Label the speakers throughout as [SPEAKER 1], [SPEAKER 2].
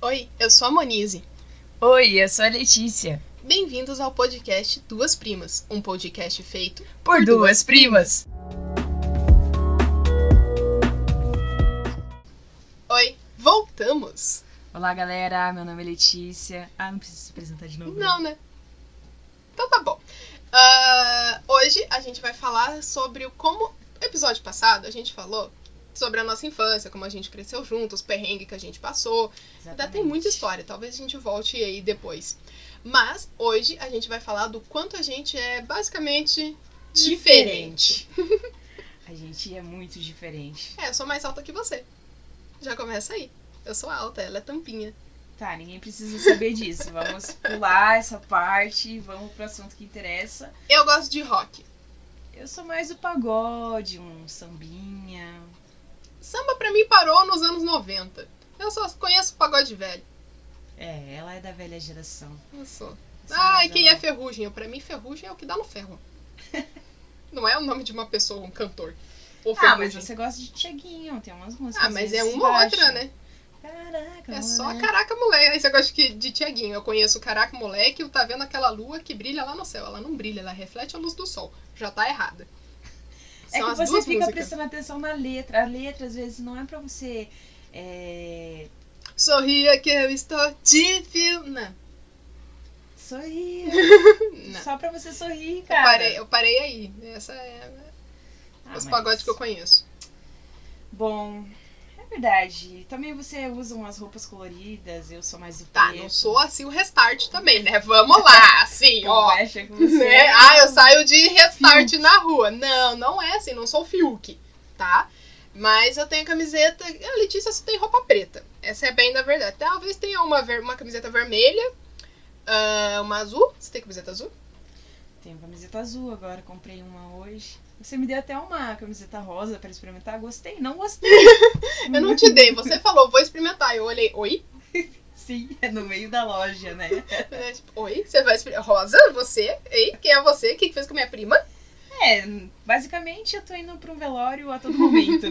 [SPEAKER 1] Oi, eu sou a Monize.
[SPEAKER 2] Oi, eu sou a Letícia.
[SPEAKER 1] Bem-vindos ao podcast Duas Primas, um podcast feito
[SPEAKER 2] Por, duas primas.
[SPEAKER 1] Oi, voltamos.
[SPEAKER 2] Olá, galera. Meu nome é Letícia. Ah, não preciso se apresentar de novo. né?
[SPEAKER 1] Não, né? Então tá bom. Ah, hoje a gente vai falar sobre o como episódio passado a gente falou sobre a nossa infância, como a gente cresceu junto, os perrengues que a gente passou, Ainda
[SPEAKER 2] Exatamente.
[SPEAKER 1] tem muita história, talvez a gente volte aí depois. Mas hoje a gente vai falar do quanto a gente é basicamente diferente.
[SPEAKER 2] A gente é muito diferente.
[SPEAKER 1] É, eu sou mais alta que você. Já começa aí. Eu sou alta, ela é tampinha.
[SPEAKER 2] Tá, ninguém precisa saber disso. Vamos pular essa parte e vamos pro assunto que interessa.
[SPEAKER 1] Eu gosto de rock.
[SPEAKER 2] Eu sou mais do pagode, um sambinha.
[SPEAKER 1] Samba pra mim parou nos anos 90. Eu só conheço pagode velho.
[SPEAKER 2] É, ela é da velha geração.
[SPEAKER 1] Eu sou.
[SPEAKER 2] Eu sou
[SPEAKER 1] Ah,
[SPEAKER 2] mais
[SPEAKER 1] e quem
[SPEAKER 2] da-
[SPEAKER 1] é ferrugem? Pra mim, ferrugem é o que dá no ferro. Não é o nome de uma pessoa, um cantor. Ou
[SPEAKER 2] Ah, mas
[SPEAKER 1] ferrugem.
[SPEAKER 2] você gosta de Tiaguinho, tem umas músicas.
[SPEAKER 1] Ah, mas
[SPEAKER 2] que
[SPEAKER 1] é
[SPEAKER 2] se
[SPEAKER 1] uma ou outra,
[SPEAKER 2] baixam.
[SPEAKER 1] né?
[SPEAKER 2] Caraca,
[SPEAKER 1] É
[SPEAKER 2] mano,
[SPEAKER 1] só
[SPEAKER 2] né?
[SPEAKER 1] Caraca Moleque. Aí você gosta que- de Tiaguinho. Eu conheço o Caraca Moleque e o Tá Vendo Aquela Lua que brilha lá no céu. Ela não brilha, ela reflete a luz do sol. Já tá errada. São
[SPEAKER 2] É que
[SPEAKER 1] as
[SPEAKER 2] você
[SPEAKER 1] duas
[SPEAKER 2] fica
[SPEAKER 1] músicas.
[SPEAKER 2] prestando atenção na letra. A letra, às vezes, não é pra você. É...
[SPEAKER 1] Sorria que eu estou te fil- Não,
[SPEAKER 2] Sorrir.
[SPEAKER 1] não.
[SPEAKER 2] Só pra você sorrir,
[SPEAKER 1] Eu
[SPEAKER 2] cara.
[SPEAKER 1] parei, eu parei aí. Essa é
[SPEAKER 2] Ah,
[SPEAKER 1] os
[SPEAKER 2] mas-
[SPEAKER 1] pagodes que eu conheço.
[SPEAKER 2] Bom, é verdade. Também você usa umas roupas coloridas. Eu sou mais do
[SPEAKER 1] Tá,
[SPEAKER 2] preto.
[SPEAKER 1] não sou assim o restart também, né? Vamos lá, assim, ó.
[SPEAKER 2] Conversa é com você.
[SPEAKER 1] né? Ah, eu saio de restart na rua. Não, não é assim, não sou o Fiuk, tá? Mas eu tenho camiseta. A Letícia só tem roupa preta. Essa é bem da verdade. Talvez tenha uma, ver- uma camiseta vermelha, ah, uma azul. Você tem camiseta azul?
[SPEAKER 2] Tenho camiseta azul agora, comprei uma hoje. Você me deu até uma camiseta rosa pra experimentar. Gostei, não gostei. Hum.
[SPEAKER 1] Eu não te dei. Você falou, vou experimentar. Eu olhei, oi?
[SPEAKER 2] Sim, é no meio da loja, né?
[SPEAKER 1] Né, tipo, oi? Você vai experimentar? Rosa? Você? Ei, quem é você? O que que fez com a minha prima?
[SPEAKER 2] É, basicamente eu tô indo pra um velório a todo momento,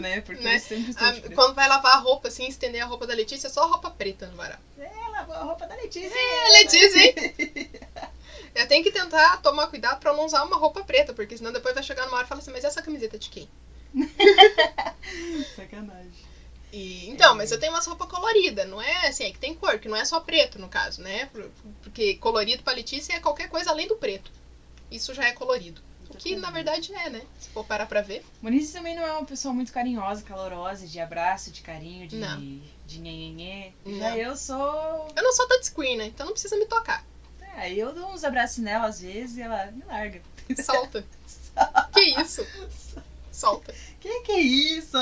[SPEAKER 2] né? Porque
[SPEAKER 1] Né?
[SPEAKER 2] eu sempre tipo, estou
[SPEAKER 1] Ah,
[SPEAKER 2] de preto.
[SPEAKER 1] quando vai lavar a roupa, assim, estender a roupa da Letícia, é só roupa preta no varal.
[SPEAKER 2] Ela lavou a roupa da Letícia.
[SPEAKER 1] É, Letícia, hein? Eu tenho que tentar tomar cuidado pra não usar uma roupa preta, porque senão depois vai chegar numa hora e falar assim, mas essa camiseta é de quem?
[SPEAKER 2] Sacanagem.
[SPEAKER 1] E, então, mas eu tenho umas roupas coloridas, não é assim, é que tem cor, que não é só preto no caso, né? Por- Porque colorido pra Letícia é qualquer coisa além do preto. Isso já é colorido. O que na verdade é, né? Se for parar pra ver.
[SPEAKER 2] Moniz também não é uma pessoa muito carinhosa, calorosa, de abraço, de carinho, de,
[SPEAKER 1] Não.
[SPEAKER 2] de nhenhenhê.
[SPEAKER 1] Não.
[SPEAKER 2] Já eu sou.
[SPEAKER 1] Eu não sou touchscreen, né? Então não precisa me tocar.
[SPEAKER 2] É, eu dou uns abraços nela às vezes e ela me larga.
[SPEAKER 1] Solta. que isso? Solta.
[SPEAKER 2] Que que é isso?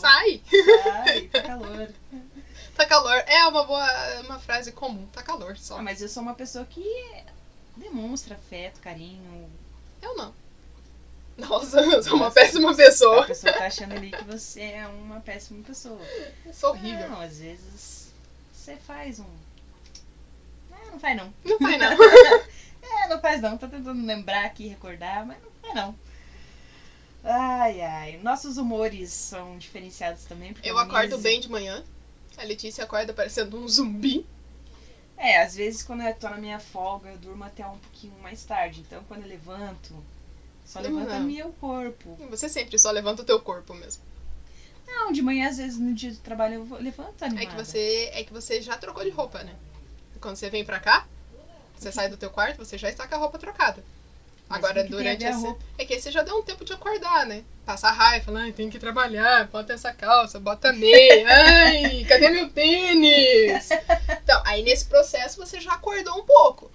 [SPEAKER 1] Sai.
[SPEAKER 2] Ai, tá calor.
[SPEAKER 1] Tá calor. É uma boa uma frase comum. Tá calor só.
[SPEAKER 2] Ah, mas eu sou uma pessoa que demonstra afeto, carinho.
[SPEAKER 1] Eu não. Nossa, eu sou uma
[SPEAKER 2] Nossa.
[SPEAKER 1] péssima
[SPEAKER 2] A
[SPEAKER 1] pessoa.
[SPEAKER 2] pessoa tá achando ali que você é uma péssima pessoa.
[SPEAKER 1] Eu sou horrível.
[SPEAKER 2] Não, às vezes você faz um. Ah, não faz não.
[SPEAKER 1] Não vai não.
[SPEAKER 2] É, não faz não. Tô tentando lembrar aqui, recordar, mas não faz não. Ai, ai. Nossos humores são diferenciados também. Porque
[SPEAKER 1] Eu
[SPEAKER 2] a Moniz-
[SPEAKER 1] acordo bem de manhã. A Letícia acorda parecendo um zumbi.
[SPEAKER 2] É, às vezes quando eu tô na minha folga, eu durmo até um pouquinho mais tarde. Então quando eu levanto, só
[SPEAKER 1] Hum,
[SPEAKER 2] levanta
[SPEAKER 1] não.
[SPEAKER 2] meu corpo.
[SPEAKER 1] Você sempre só levanta o teu corpo mesmo.
[SPEAKER 2] Não, de manhã, às vezes no dia do trabalho, eu vou- levanto animada.
[SPEAKER 1] É que você é que você já trocou de roupa, né? Quando você vem pra cá, você sai do teu quarto, você já está com a roupa trocada.
[SPEAKER 2] Mas
[SPEAKER 1] Agora
[SPEAKER 2] o que que tem a
[SPEAKER 1] durante
[SPEAKER 2] ver a
[SPEAKER 1] essa-
[SPEAKER 2] roupa?
[SPEAKER 1] É que aí você já deu um tempo de acordar, né? Passar raiva, falar, ai, tem que trabalhar, bota essa calça, bota a meia, ai, cadê meu tênis? Então, aí nesse processo você já acordou um pouco.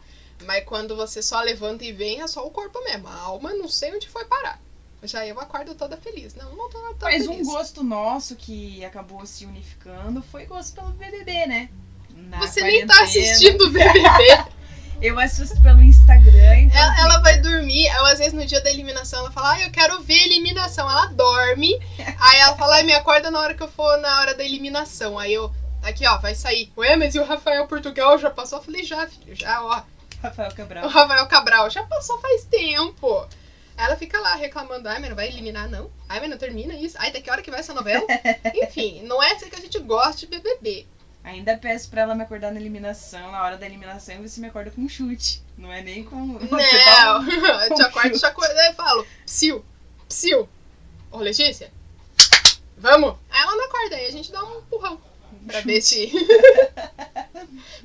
[SPEAKER 1] Mas quando você só levanta e vem, é só o corpo mesmo. A alma não sei onde foi parar. Já eu acordo toda feliz. Não, não tô toda
[SPEAKER 2] Mas um
[SPEAKER 1] feliz.
[SPEAKER 2] gosto nosso que acabou se unificando foi gosto pelo BBB, né? Na
[SPEAKER 1] Você nem tá
[SPEAKER 2] quarentena.
[SPEAKER 1] assistindo o BBB.
[SPEAKER 2] Eu assisto pelo Instagram. Então
[SPEAKER 1] ela, ela vai dormir, ela, às vezes no dia da eliminação ela fala, ah, eu quero ver a eliminação. Ela dorme, aí ela fala, ai, me acorda na hora que eu for na hora da eliminação. Aí eu, aqui ó, vai sair. Ué, mas e o Rafael Portugal já passou? Eu falei, já, filho, já, ó.
[SPEAKER 2] Rafael
[SPEAKER 1] O
[SPEAKER 2] Cabral.
[SPEAKER 1] Rafael Cabral já passou faz tempo. Aí Ela fica lá reclamando, ai, mas não vai eliminar não. Ai, mas não termina isso. Ai, até que hora que vai essa novela? Enfim, não é assim que a gente gosta de BBB.
[SPEAKER 2] Ainda peço pra ela me acordar na eliminação. Na hora da eliminação, você me acorda com um chute. Não é nem com. Você dá um,
[SPEAKER 1] Não, eu te acordo, te acordo, aí eu falo, psiu, psiu. Ô, Letícia, vamos. Aí ela não acorda, aí a gente dá um empurrão
[SPEAKER 2] um
[SPEAKER 1] pra
[SPEAKER 2] chute.
[SPEAKER 1] ver se...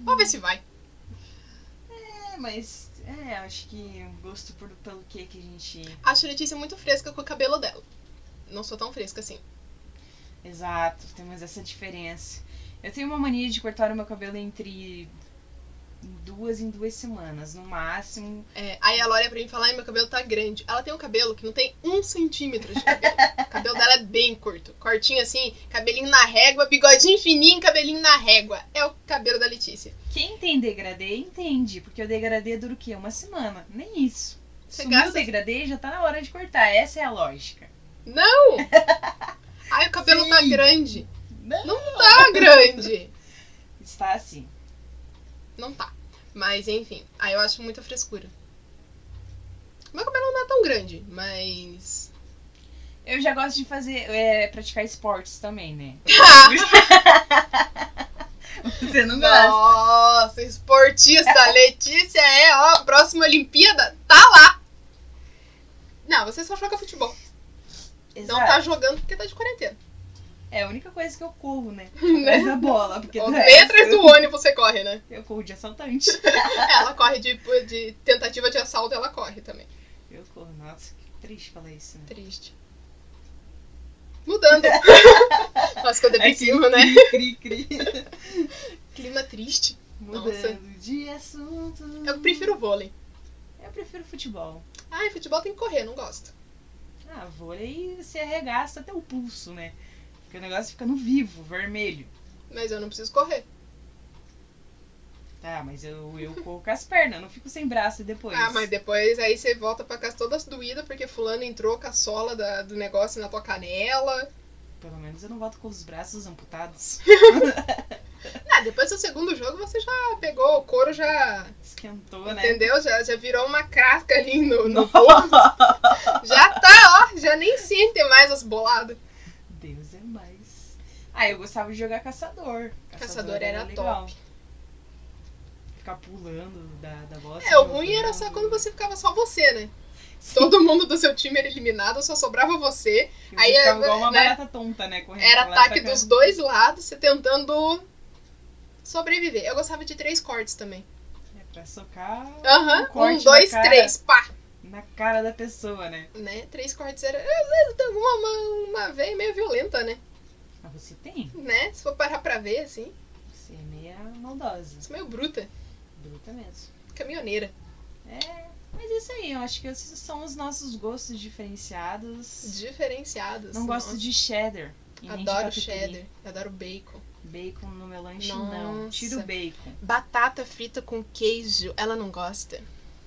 [SPEAKER 1] Vamos ver se vai.
[SPEAKER 2] É, mas. É, acho que o gosto por, pelo que que a gente.
[SPEAKER 1] Acho a Letícia muito fresca com o cabelo dela. Não sou tão fresca assim.
[SPEAKER 2] Exato, temos essa diferença. Eu tenho uma mania de cortar o meu cabelo entre duas em duas semanas, no máximo.
[SPEAKER 1] É, aí a Lore olha pra mim e fala, ai, meu cabelo tá grande. Ela tem um cabelo que não tem um centímetro de cabelo. o cabelo dela é bem curto. Cortinho assim, cabelinho na régua, bigodinho fininho, cabelinho na régua. É o cabelo da Letícia.
[SPEAKER 2] Quem tem degradê entende, porque o degradê dura o quê? Uma semana. Nem isso.
[SPEAKER 1] Você
[SPEAKER 2] Sumiu
[SPEAKER 1] gasta-
[SPEAKER 2] o degradê, já tá na hora de cortar. Essa é a lógica.
[SPEAKER 1] Não! Ai, o cabelo tá
[SPEAKER 2] Sim.
[SPEAKER 1] grande.
[SPEAKER 2] Não.
[SPEAKER 1] Tá grande!
[SPEAKER 2] Está assim.
[SPEAKER 1] Não tá. Mas enfim, aí eu acho muita frescura. Meu cabelo não é tão grande, mas.
[SPEAKER 2] Eu já gosto de fazer, é, praticar esportes também, né? Você não gosta.
[SPEAKER 1] Nossa, esportista! Letícia é, ó, próxima Olimpíada, tá lá! Não, você só joga futebol. Não tá jogando porque tá de quarentena.
[SPEAKER 2] É a única coisa que eu corro, né?
[SPEAKER 1] Né?
[SPEAKER 2] Atrás da bola. Porque é
[SPEAKER 1] Ou
[SPEAKER 2] do
[SPEAKER 1] Bem atrás
[SPEAKER 2] resto,
[SPEAKER 1] do ônibus você corre, né?
[SPEAKER 2] Eu corro de assaltante.
[SPEAKER 1] Ela corre de, de tentativa de assalto, ela corre também.
[SPEAKER 2] Eu corro, nossa, que triste falar isso, né?
[SPEAKER 1] Triste. Mudando. Nossa, quando é depressivo, né?
[SPEAKER 2] Cri, cri. cri.
[SPEAKER 1] Clima triste.
[SPEAKER 2] Mudando de assunto.
[SPEAKER 1] Eu prefiro vôlei.
[SPEAKER 2] Eu prefiro futebol.
[SPEAKER 1] Ai, futebol tem que correr, não gosto.
[SPEAKER 2] Ah, vôlei você arregaça até o pulso, né? Porque o negócio fica no vivo, vermelho.
[SPEAKER 1] Mas eu não preciso correr.
[SPEAKER 2] Tá, mas eu, eu corro com as pernas, eu não fico sem braço depois.
[SPEAKER 1] Ah, mas depois aí você volta pra casa toda doída porque fulano entrou com a sola da- do negócio na tua canela.
[SPEAKER 2] Pelo menos eu não volto com os braços amputados.
[SPEAKER 1] Ah, depois do seu segundo jogo você já pegou o couro, já.
[SPEAKER 2] Esquentou, né?
[SPEAKER 1] Entendeu? Já, já virou uma casca ali no, no corpo. já tá, ó. Já nem sentem mais as boladas.
[SPEAKER 2] Deus é mais. Ah, eu gostava de jogar caçador.
[SPEAKER 1] Caçador era
[SPEAKER 2] legal. Ficar pulando da, da bola. se
[SPEAKER 1] É, o ruim era só
[SPEAKER 2] jogando.
[SPEAKER 1] quando você ficava só você, né?
[SPEAKER 2] Sim.
[SPEAKER 1] Todo mundo do seu time era eliminado, só sobrava você.
[SPEAKER 2] Porque
[SPEAKER 1] Aí,
[SPEAKER 2] você ficava
[SPEAKER 1] é,
[SPEAKER 2] igual uma
[SPEAKER 1] né?
[SPEAKER 2] barata tonta, né? Correndo
[SPEAKER 1] Era
[SPEAKER 2] pra lá e
[SPEAKER 1] ataque
[SPEAKER 2] pra cá.
[SPEAKER 1] dos dois lados, você tentando sobreviver. Eu gostava de três cortes também.
[SPEAKER 2] É pra socar
[SPEAKER 1] Aham, um,
[SPEAKER 2] corte na
[SPEAKER 1] dois,
[SPEAKER 2] cara.
[SPEAKER 1] três, pá!
[SPEAKER 2] na cara da pessoa, né?
[SPEAKER 1] Né? Três cortes era às vezes, tem uma, uma, uma veia meio violenta, né?
[SPEAKER 2] Mas Ah, você tem.
[SPEAKER 1] né? Se for parar pra ver, assim,
[SPEAKER 2] Você é meia maldosa.
[SPEAKER 1] sou meio bruta,
[SPEAKER 2] Bruta mesmo.
[SPEAKER 1] caminhoneira.
[SPEAKER 2] É. Mas isso aí, eu acho que esses são os nossos gostos diferenciados.
[SPEAKER 1] Diferenciados.
[SPEAKER 2] Não gosto
[SPEAKER 1] nossa.
[SPEAKER 2] de cheddar. e nem de
[SPEAKER 1] assim, Adoro
[SPEAKER 2] catupiry.
[SPEAKER 1] cheddar, adoro bacon.
[SPEAKER 2] Bacon no meu lanche, não.
[SPEAKER 1] Nossa.
[SPEAKER 2] Tira o bacon.
[SPEAKER 1] Batata frita com queijo, ela não gosta.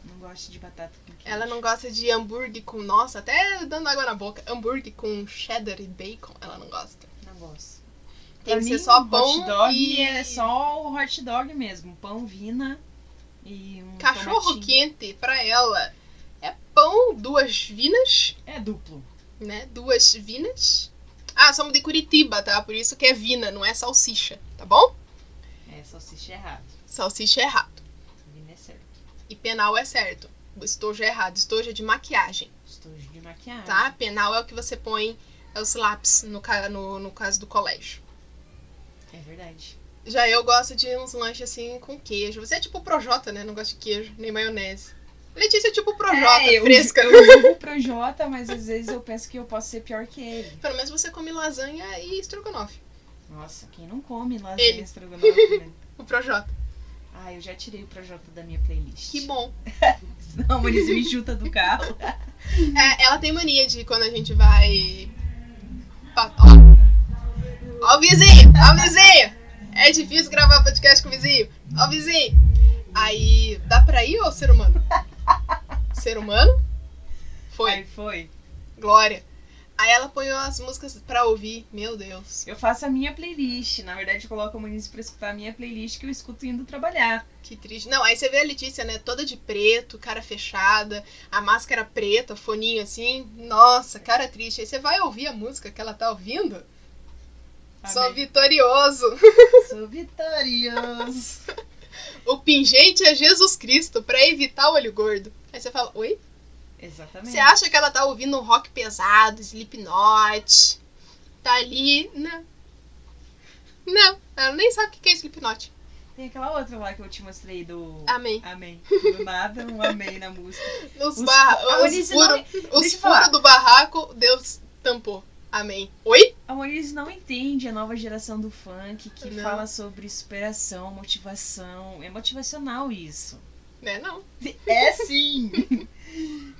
[SPEAKER 2] Não gosto de batata com queijo.
[SPEAKER 1] Ela não gosta de hambúrguer com. Nossa, até dando água na boca. Hambúrguer com cheddar e bacon, ela não gosta.
[SPEAKER 2] Não gosto.
[SPEAKER 1] Tem
[SPEAKER 2] Pra
[SPEAKER 1] que
[SPEAKER 2] mim, um
[SPEAKER 1] ser só
[SPEAKER 2] hot
[SPEAKER 1] pão
[SPEAKER 2] dog
[SPEAKER 1] e-
[SPEAKER 2] é só o hot dog mesmo. Pão, vina e um
[SPEAKER 1] Cachorro
[SPEAKER 2] tomatinho.
[SPEAKER 1] quente pra ela é pão, duas vinas,
[SPEAKER 2] É duplo.
[SPEAKER 1] né? Duas vinas. Ah, somos de Curitiba, tá? Por isso que é vina, não é salsicha, tá bom?
[SPEAKER 2] É salsicha é errado.
[SPEAKER 1] Salsicha é errado.
[SPEAKER 2] Vina é certo.
[SPEAKER 1] E penal é certo. O Estojo é errado. Estojo é de maquiagem,
[SPEAKER 2] Estojo de maquiagem.
[SPEAKER 1] tá? Penal é o que você põe é os lápis no, ca- no, no caso do colégio.
[SPEAKER 2] É verdade.
[SPEAKER 1] Já eu gosto de uns lanches assim com queijo. Você é tipo o Projota, né? Não gosta de queijo, nem maionese. Letícia é tipo o Projota,
[SPEAKER 2] É, eu-
[SPEAKER 1] fresca.
[SPEAKER 2] Eu julgo o Projota, mas às vezes eu penso que eu posso ser pior que ele.
[SPEAKER 1] Pelo menos você come lasanha e estrogonofe.
[SPEAKER 2] Nossa, quem não come
[SPEAKER 1] Ele.
[SPEAKER 2] lasanha estrogonofe, né?
[SPEAKER 1] O Projota.
[SPEAKER 2] Ah, eu já tirei o Projota da minha playlist.
[SPEAKER 1] Que bom.
[SPEAKER 2] Senão a Moniz me chuta do carro.
[SPEAKER 1] É, ela tem mania de quando a gente vai. pa- Ó, Ó o vizinho! Ó o vizinho! É difícil gravar podcast com o vizinho. Ó o vizinho! Aí, dá pra ir ou ser humano? Ser humano? Foi.
[SPEAKER 2] Aí foi.
[SPEAKER 1] Glória. Aí ela põe as músicas pra ouvir. Meu Deus.
[SPEAKER 2] Eu faço a minha playlist. Na verdade, eu coloco a Muniz pra escutar a minha playlist que eu escuto indo trabalhar.
[SPEAKER 1] Que triste. Não, aí você vê a Letícia, né? Toda de preto, cara fechada, a máscara preta, foninho assim. Nossa, cara triste. Aí você vai ouvir a música que ela tá ouvindo. Sou vitorioso.
[SPEAKER 2] Sou vitorioso.
[SPEAKER 1] O pingente é Jesus Cristo pra evitar o olho gordo. Aí você fala, oi?
[SPEAKER 2] Exatamente.
[SPEAKER 1] Você acha que ela tá ouvindo um rock pesado, Slipknot? Tá ali. Não. Não, ela nem sabe o que que é Slipknot.
[SPEAKER 2] Tem aquela outra lá que eu te mostrei do.
[SPEAKER 1] Amém.
[SPEAKER 2] Amém. Do nada, um amém na música.
[SPEAKER 1] Os,
[SPEAKER 2] Os-
[SPEAKER 1] barra-
[SPEAKER 2] Ah,
[SPEAKER 1] os
[SPEAKER 2] Ulisses,
[SPEAKER 1] furos
[SPEAKER 2] não-
[SPEAKER 1] os
[SPEAKER 2] deixa eu falar.
[SPEAKER 1] furos do barraco, Deus tampou. Amém. Oi?
[SPEAKER 2] A Moniz não entende a nova geração do funk que
[SPEAKER 1] Não.
[SPEAKER 2] fala sobre superação, motivação. É motivacional isso.
[SPEAKER 1] Né, não.
[SPEAKER 2] É sim!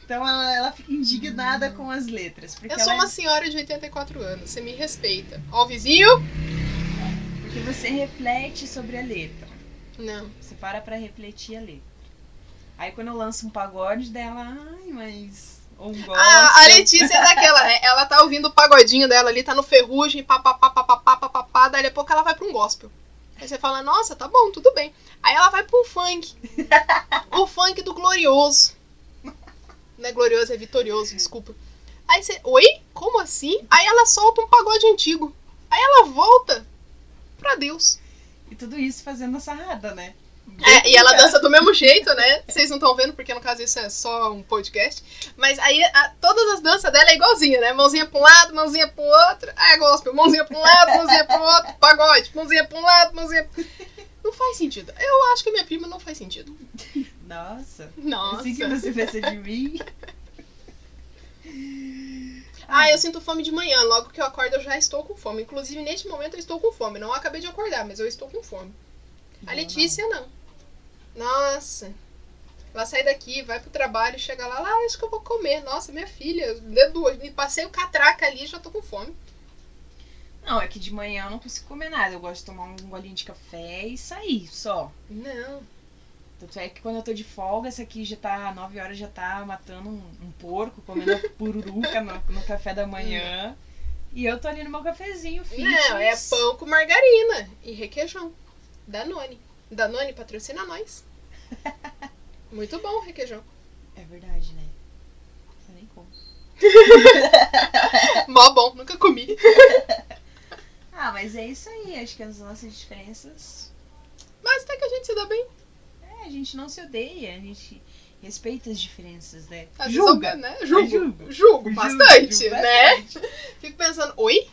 [SPEAKER 2] então ela, ela fica indignada com as letras. Porque,
[SPEAKER 1] Eu sou
[SPEAKER 2] ela-
[SPEAKER 1] É
[SPEAKER 2] é,
[SPEAKER 1] uma senhora de 84 anos, você me respeita. Ó, o vizinho?
[SPEAKER 2] porque você reflete sobre a letra.
[SPEAKER 1] Não.
[SPEAKER 2] Você para pra refletir a letra. Aí quando eu lanço um pagode dela, ai, mas. Ou um gospel.
[SPEAKER 1] Ah, a Letícia é daquela, né? Ela tá ouvindo o pagodinho dela ali, tá no ferrugem, papapá, papapá, papapá, daí a pouco ela vai pra um gospel. Aí você fala, nossa, tá bom, tudo bem. Aí ela vai pra um funk. o funk do glorioso. Não é glorioso, é vitorioso, desculpa. Aí você, oi? Como assim? Aí ela solta um pagode antigo. Aí ela volta pra Deus.
[SPEAKER 2] E tudo isso fazendo a sarrada, né?
[SPEAKER 1] É, e ela dança do mesmo jeito, né? Vocês não estão vendo, porque no caso isso é só um podcast. Mas aí a- todas as danças dela é igualzinha, né? Mãozinha pra um lado, mãozinha pro outro. Ah, é gospel. Mãozinha pra um lado, mãozinha pro outro. Pagode. Mãozinha pra um lado, mãozinha pro Não faz sentido. Eu acho que a minha prima não faz sentido.
[SPEAKER 2] Nossa.
[SPEAKER 1] Nossa.
[SPEAKER 2] Assim que você pensa de mim.
[SPEAKER 1] Ah, eu sinto fome de manhã. Logo que eu acordo, eu já estou com fome. Inclusive, neste momento, eu estou com fome. Não acabei de acordar, mas eu estou com fome. A
[SPEAKER 2] Não,
[SPEAKER 1] Letícia, não. Nossa. Ela sai daqui, vai pro trabalho, chega lá, lá, acho que eu vou comer. Nossa, minha filha, deu duas. Me passei o catraca ali, já tô com fome.
[SPEAKER 2] Não, é que de manhã eu não consigo comer nada. Eu gosto de tomar um golinho de café e sair só.
[SPEAKER 1] Não.
[SPEAKER 2] Tanto é que quando eu tô de folga, essa aqui já tá, 9 horas já tá matando um, um porco, comendo a pururuca no, no café da manhã. E eu tô ali no meu cafezinho, fitness.
[SPEAKER 1] Não, é pão com margarina e requeijão. Danone. Danone patrocina nós. Muito bom o requeijão.
[SPEAKER 2] É verdade, né? Você nem como.
[SPEAKER 1] Mó bom, nunca comi.
[SPEAKER 2] Ah, mas é isso aí. Acho que as nossas diferenças.
[SPEAKER 1] Mas até que a gente se dá bem.
[SPEAKER 2] É, a gente não se odeia, a gente respeita as diferenças, né?
[SPEAKER 1] Às
[SPEAKER 2] Julga!
[SPEAKER 1] Vezes, eu- né? Julgo,
[SPEAKER 2] julgo.
[SPEAKER 1] julgo, bastante,
[SPEAKER 2] Julga, julga
[SPEAKER 1] né?
[SPEAKER 2] bastante.
[SPEAKER 1] Fico pensando, oi?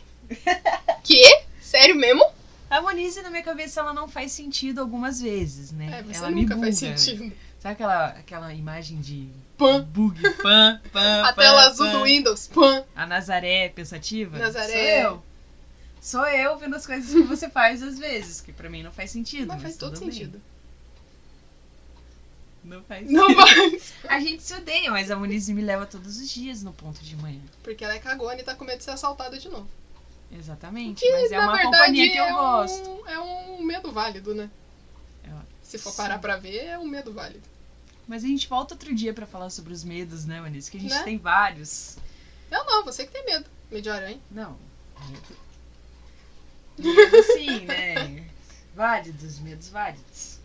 [SPEAKER 1] que? Sério mesmo?
[SPEAKER 2] A Monize, na minha cabeça, ela não faz sentido algumas vezes, né?
[SPEAKER 1] É, você
[SPEAKER 2] ela
[SPEAKER 1] nunca
[SPEAKER 2] me
[SPEAKER 1] faz
[SPEAKER 2] buga.
[SPEAKER 1] sentido.
[SPEAKER 2] Sabe aquela, aquela imagem de
[SPEAKER 1] Pã.
[SPEAKER 2] bug, pan, pan,
[SPEAKER 1] A
[SPEAKER 2] pan,
[SPEAKER 1] tela azul
[SPEAKER 2] pan.
[SPEAKER 1] do Windows. Pã.
[SPEAKER 2] A Nazaré é pensativa?
[SPEAKER 1] Nazaré. é.
[SPEAKER 2] Sou eu. Sou eu vendo as coisas que você faz às vezes, que pra mim não faz sentido.
[SPEAKER 1] Não faz todo
[SPEAKER 2] tudo bem.
[SPEAKER 1] sentido.
[SPEAKER 2] Não faz
[SPEAKER 1] Não faz.
[SPEAKER 2] A gente se odeia, mas a Monize me leva todos os dias no ponto de manhã.
[SPEAKER 1] Porque ela é cagona e tá com medo de ser assaltada de novo.
[SPEAKER 2] Exatamente.
[SPEAKER 1] Que,
[SPEAKER 2] mas é
[SPEAKER 1] na
[SPEAKER 2] uma
[SPEAKER 1] verdade,
[SPEAKER 2] companhia que eu
[SPEAKER 1] é um-
[SPEAKER 2] gosto.
[SPEAKER 1] É um medo válido, né?
[SPEAKER 2] É.
[SPEAKER 1] Se for parar pra ver, é um medo válido.
[SPEAKER 2] Mas a gente volta outro dia pra falar sobre os medos, né, Monize? Que a gente
[SPEAKER 1] Né?
[SPEAKER 2] tem vários.
[SPEAKER 1] Eu não, É você que tem medo. Medo de aranha.
[SPEAKER 2] Não. Medo sim, né? Válidos, medos válidos.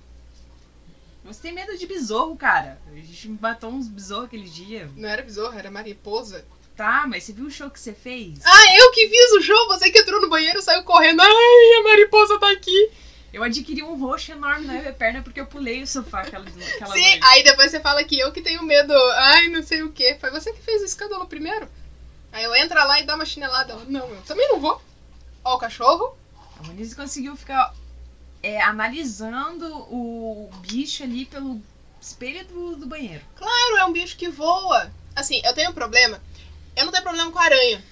[SPEAKER 2] Você tem medo de besouro, cara. A gente matou uns besouros aquele dia.
[SPEAKER 1] Não era besouro, era mariposa.
[SPEAKER 2] Tá, mas você viu o show que você fez?
[SPEAKER 1] Ah, eu que fiz o show, você que entrou no banheiro saiu correndo. Ai, a mariposa tá aqui.
[SPEAKER 2] Eu adquiri um roxo enorme na minha perna porque eu pulei o sofá aquela, aquela
[SPEAKER 1] Sim,
[SPEAKER 2] noite.
[SPEAKER 1] aí depois você fala que eu que tenho medo. Ai, não sei o quê. Foi você que fez o escândalo primeiro. Aí eu entra lá e dá uma chinelada. Ela, não, eu também não vou. Ó, o cachorro.
[SPEAKER 2] A Monize conseguiu ficar é, analisando o bicho ali pelo espelho do, do banheiro.
[SPEAKER 1] Claro, é um bicho que voa. Assim, eu tenho um problema. Eu não tenho problema com aranha.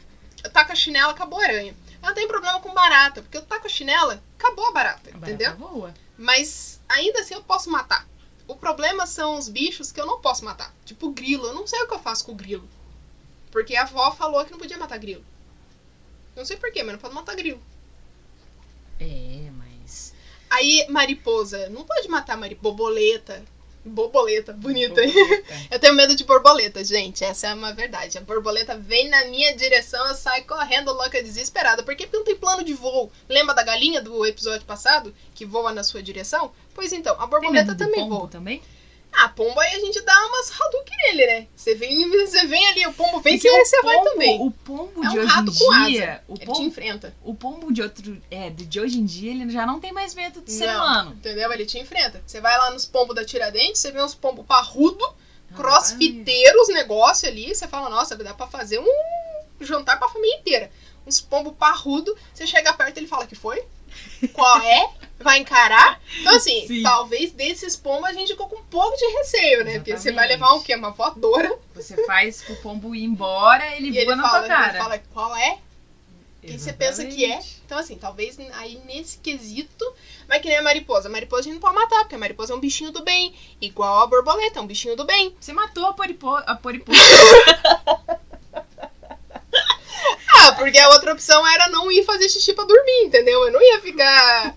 [SPEAKER 1] Eu taco a chinela, acabou a aranha. Eu não tenho problema com barata, porque eu taco a chinela, acabou a barata,
[SPEAKER 2] A barata
[SPEAKER 1] entendeu?
[SPEAKER 2] Voa.
[SPEAKER 1] Mas ainda assim eu posso matar. O problema são os bichos que eu não posso matar. Tipo grilo, eu não sei o que eu faço com o grilo. Porque a avó falou que não podia matar grilo. Não sei porquê, mas não pode matar grilo.
[SPEAKER 2] É, mas.
[SPEAKER 1] Aí, mariposa, não pode matar mariposa. Borboleta. Borboleta, bonita, hein?
[SPEAKER 2] Borboleta.
[SPEAKER 1] Eu tenho medo de borboleta, gente. Essa é uma verdade. A borboleta vem na minha direção, eu saio correndo louca, desesperada. Por quê? Porque não tem plano de voo. Lembra da galinha do episódio passado? Que voa na sua direção? Pois então, a
[SPEAKER 2] Tem medo
[SPEAKER 1] borboleta
[SPEAKER 2] do
[SPEAKER 1] também
[SPEAKER 2] pombo
[SPEAKER 1] voa.
[SPEAKER 2] também?
[SPEAKER 1] Ah, pombo aí a gente dá umas Hadouken nele, né? Você vem, você vem ali, o pombo vem, você, você vai também.
[SPEAKER 2] O é pombo
[SPEAKER 1] É
[SPEAKER 2] de
[SPEAKER 1] um
[SPEAKER 2] hoje em
[SPEAKER 1] rato com
[SPEAKER 2] dia. O
[SPEAKER 1] Ele te
[SPEAKER 2] pombo,
[SPEAKER 1] enfrenta,
[SPEAKER 2] o pombo de outro. É, de de hoje em dia, ele já não tem mais medo do ser
[SPEAKER 1] Não.
[SPEAKER 2] humano.
[SPEAKER 1] entendeu? Ele te enfrenta. Você vai lá nos pombos da Tiradentes, você vê uns pombos parrudo,
[SPEAKER 2] Ah,
[SPEAKER 1] crossfiteiros, negócio ali. Você fala, nossa, dá pra fazer um jantar pra família inteira. Uns pombo parrudo, você chega perto ele fala que foi? Qual é? Vai encarar? Então, assim,
[SPEAKER 2] Sim.
[SPEAKER 1] talvez desses pombos a gente ficou com um pouco de receio, né? Porque você vai
[SPEAKER 2] Exatamente.
[SPEAKER 1] levar o quê? Uma voadora.
[SPEAKER 2] Você faz pro pombo ir embora, ele
[SPEAKER 1] E
[SPEAKER 2] voa
[SPEAKER 1] ele
[SPEAKER 2] na
[SPEAKER 1] fala,
[SPEAKER 2] tua
[SPEAKER 1] ele
[SPEAKER 2] cara.
[SPEAKER 1] fala, qual é? quem você pensa que é.
[SPEAKER 2] Exatamente.
[SPEAKER 1] Então, assim, talvez aí nesse quesito. Mas que nem a mariposa. A mariposa a gente não pode matar, porque a mariposa é um bichinho do bem. Igual a borboleta, é um bichinho do bem.
[SPEAKER 2] Você matou a poripo... a poripo...
[SPEAKER 1] Ah, porque a outra opção era não ir fazer xixi pra dormir, entendeu? Eu não ia ficar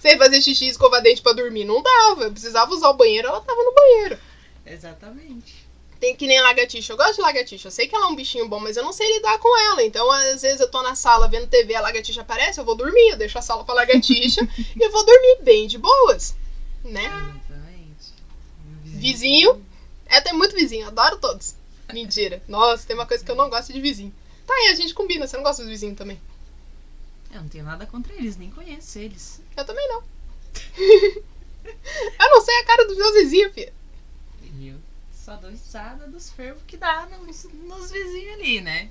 [SPEAKER 1] sem fazer xixi e escovar dente pra dormir. Não dava. Eu precisava usar o banheiro, ela tava no banheiro.
[SPEAKER 2] Exatamente.
[SPEAKER 1] Tem que nem lagartixa. Eu gosto de lagartixa. Eu sei que ela é um bichinho bom, mas eu não sei lidar com ela. Então, às vezes, eu tô na sala vendo TV, a lagartixa aparece, eu vou dormir. Eu deixo a sala pra lagartixa e eu vou dormir bem de boas. Né?
[SPEAKER 2] Exatamente.
[SPEAKER 1] Vizinho. É, tem muito vizinho, adoro todos. Mentira. Nossa, tem uma coisa que eu não gosto de vizinho. Tá aí, a gente combina, você não gosta dos vizinhos também?
[SPEAKER 2] Eu não tenho nada contra eles, nem conheço eles.
[SPEAKER 1] Eu também não. eu não sei a cara dos meus vizinhos, filha.
[SPEAKER 2] Eu só dou risada dos fervos que dá nos, nos vizinhos ali, né?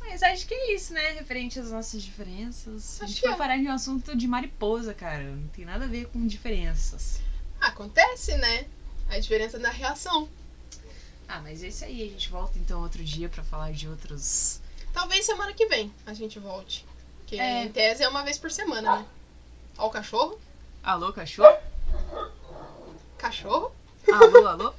[SPEAKER 2] Mas acho que é isso, né? Referente às nossas diferenças. a
[SPEAKER 1] Acho
[SPEAKER 2] gente
[SPEAKER 1] que
[SPEAKER 2] foi
[SPEAKER 1] é.
[SPEAKER 2] parar de um assunto de mariposa, cara. Não tem nada a ver com diferenças.
[SPEAKER 1] Acontece, né? A diferença da reação.
[SPEAKER 2] Ah, mas é isso aí. A gente volta então outro dia pra falar de outros.
[SPEAKER 1] Talvez semana que vem a gente volte. Que
[SPEAKER 2] É.
[SPEAKER 1] em tese é uma vez por semana, né? Ó o cachorro.
[SPEAKER 2] Alô, cachorro?
[SPEAKER 1] Cachorro?
[SPEAKER 2] Alô, alô?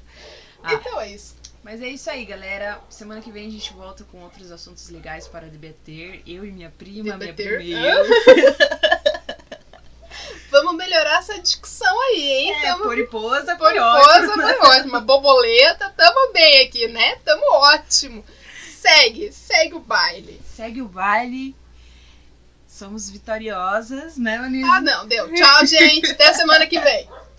[SPEAKER 2] Ah.
[SPEAKER 1] Então é isso.
[SPEAKER 2] Mas é isso aí, galera. Semana que vem a gente volta com outros assuntos legais para debater. Eu e minha prima,
[SPEAKER 1] Debater?
[SPEAKER 2] minha prima e eu.
[SPEAKER 1] Vamos melhorar essa discussão aí, hein?
[SPEAKER 2] É,
[SPEAKER 1] tamo
[SPEAKER 2] poriposa,
[SPEAKER 1] Poriposa
[SPEAKER 2] poriposa.
[SPEAKER 1] foi ótima. Borboleta, tamo bem aqui, né? Tamo ótimo. Segue, segue o baile.
[SPEAKER 2] Segue o baile. Somos vitoriosas, né, Vanessa?
[SPEAKER 1] Ah, não, deu. Tchau, gente. Até semana que vem.